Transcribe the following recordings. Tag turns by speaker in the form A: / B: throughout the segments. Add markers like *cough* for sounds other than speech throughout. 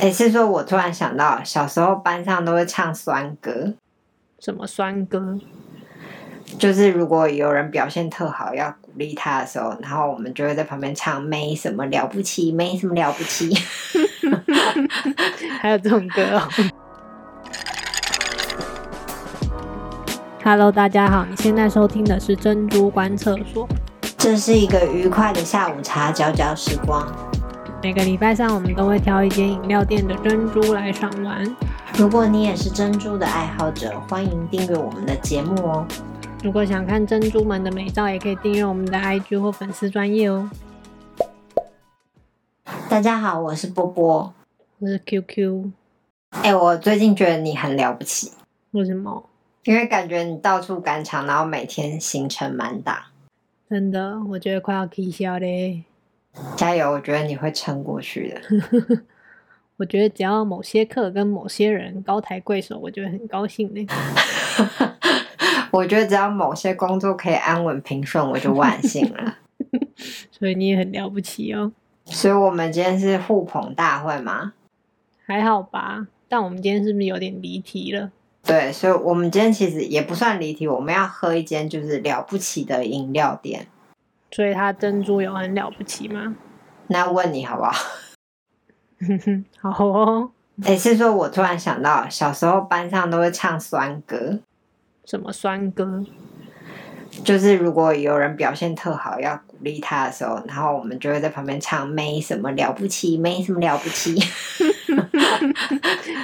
A: 哎、是说我突然想到，小时候班上都会唱酸歌，
B: 什么酸歌？
A: 就是如果有人表现特好，要鼓励他的时候，然后我们就会在旁边唱“没什么了不起，没什么了不起 *laughs*
B: 还有这种歌哦。Hello，大家好，你现在收听的是珍珠观厕所。”。
A: 这是一个愉快的下午茶，嚼嚼时光。
B: 每个礼拜三，我们都会挑一间饮料店的珍珠来赏玩。
A: 如果你也是珍珠的爱好者，欢迎订阅我们的节目哦。
B: 如果想看珍珠们的美照，也可以订阅我们的 IG 或粉丝专业哦。
A: 大家好，我是波波。
B: 我是 QQ，
A: 哎、我最近觉得你很了不起，
B: 为什么？
A: 因为感觉你到处赶场，然后每天行程满档。
B: 真的，我觉得快要气消嘞。
A: 加油，我觉得你会撑过去的。
B: 我觉得只要某些课跟某些人高抬贵手，我就会很高兴欸嘞。
A: *laughs* 我觉得只要某些工作可以安稳平顺，我就万幸了。
B: 所以你也很了不起哦。
A: 所以，我们今天是互捧大会嘛？
B: 还好吧？但我们今天是不是有点离题了？
A: 对，所以我们今天其实也不算离题，我们要喝一间就是了不起的饮料店。
B: 所以它珍珠有很了不起吗？ *laughs*
A: 那问你好不好？
B: 哼哼，好哦。
A: 哎、是说我突然想到，小时候班上都会唱酸歌，
B: 什么酸歌？
A: 就是如果有人表现特好，要鼓励他的时候，然后我们就会在旁边唱“没什么了不起，没什么了不起”。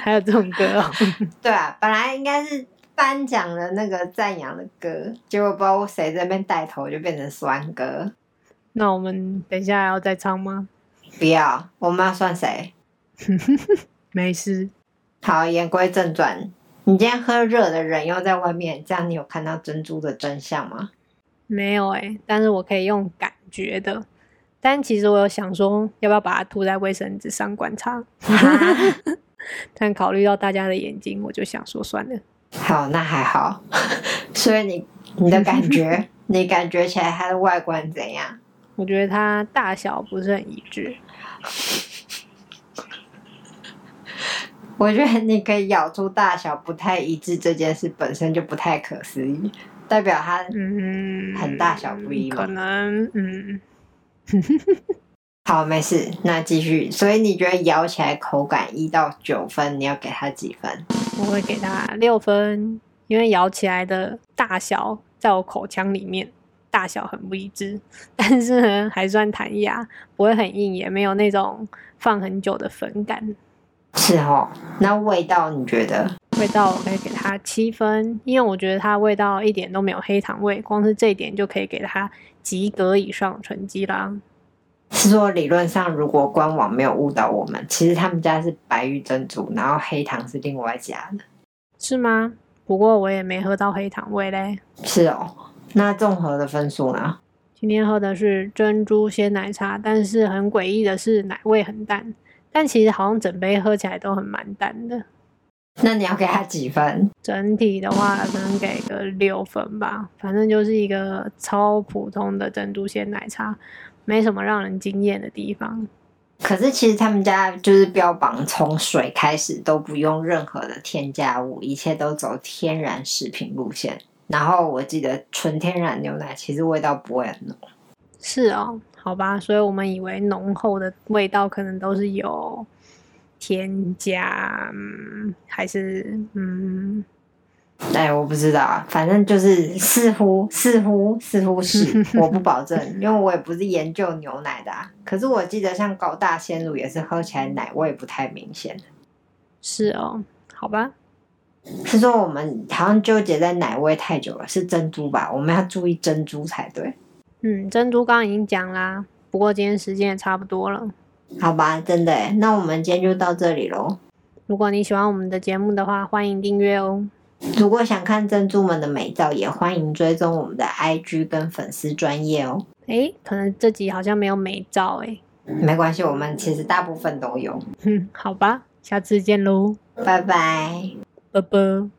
B: 还有这种歌哦。 *laughs*
A: 对啊，本来应该是颁奖的那个赞扬的歌，结果不知道谁在那边带头，就变成酸歌。
B: 那我们等一下还要再唱吗？
A: 不要，我们要算谁？
B: 没事，
A: 好，言归正传，你今天喝热的人又在外面，这样你有看到珍珠的真相吗？
B: 没有哎、但是我可以用感觉的。但其实我有想说，要不要把它涂在卫生纸上观察？ *laughs* 但考虑到大家的眼睛，我就想说算了。
A: 好，那还好。 *laughs* 所以你你的感觉，你感觉起来它的外观怎样？
B: 我觉得它大小不是很一致，
A: 我觉得你可以咬出大小不太一致这件事本身就不太可思议，代表它
B: 嗯，
A: 很大小不一吗
B: 可能，嗯，
A: 好，没事，那继续。所以你觉得咬起来口感一到九分，你要给它几分？
B: 我会给它六分，因为咬起来的大小在我口腔里面大小很不一致，但是呢还算弹牙，不会很硬，也没有那种放很久的粉感。
A: 是哦，那味道你觉得？
B: 味道我可以给它七分，因为我觉得它味道一点都没有黑糖味，光是这一点就可以给它及格以上的成绩啦。
A: 是说理论上，如果官网没有误导我们，其实他们家是白玉珍珠，然后黑糖是另外加的。
B: 是吗？不过我也没喝到黑糖味嘞。
A: 是哦，那综合的分数呢？
B: 今天喝的是珍珠鲜奶茶，但是很诡异的是奶味很淡，但其实好像整杯喝起来都很蛮淡的。
A: 那你要给它几分？
B: 整体的话，可能给个六分吧，反正就是一个超普通的珍珠鲜奶茶，没什么让人惊艳的地方。
A: 可是其实他们家就是标榜从水开始都不用任何的添加物，一切都走天然食品路线。然后我记得纯天然牛奶其实味道不会很浓。
B: 是哦，好吧，所以我们以为浓厚的味道可能都是有添加，嗯、还是嗯，
A: 哎，我不知道啊，反正就是似乎似乎似乎是，我不保证，因为我也不是研究牛奶的、啊。可是我记得像高大鲜乳也是喝起来奶味不太明显，
B: 是哦，好吧，
A: 是说我们好像纠结在奶味太久了，是珍珠吧？我们要注意珍珠才对，
B: 嗯，珍珠刚刚已经讲啦，不过今天时间也差不多了。
A: 好吧？真的耶，那我们今天就到这里喽。
B: 如果你喜欢我们的节目的话，欢迎订阅哦。
A: 如果想看珍珠们的美照，也欢迎追踪我们的 IG 跟粉丝专业哦。
B: 诶，可能这集好像没有美照诶， *laughs*
A: 没关系，我们其实大部分都有。
B: 哼，好吧，下次见喽，
A: 拜拜。
B: 拜拜。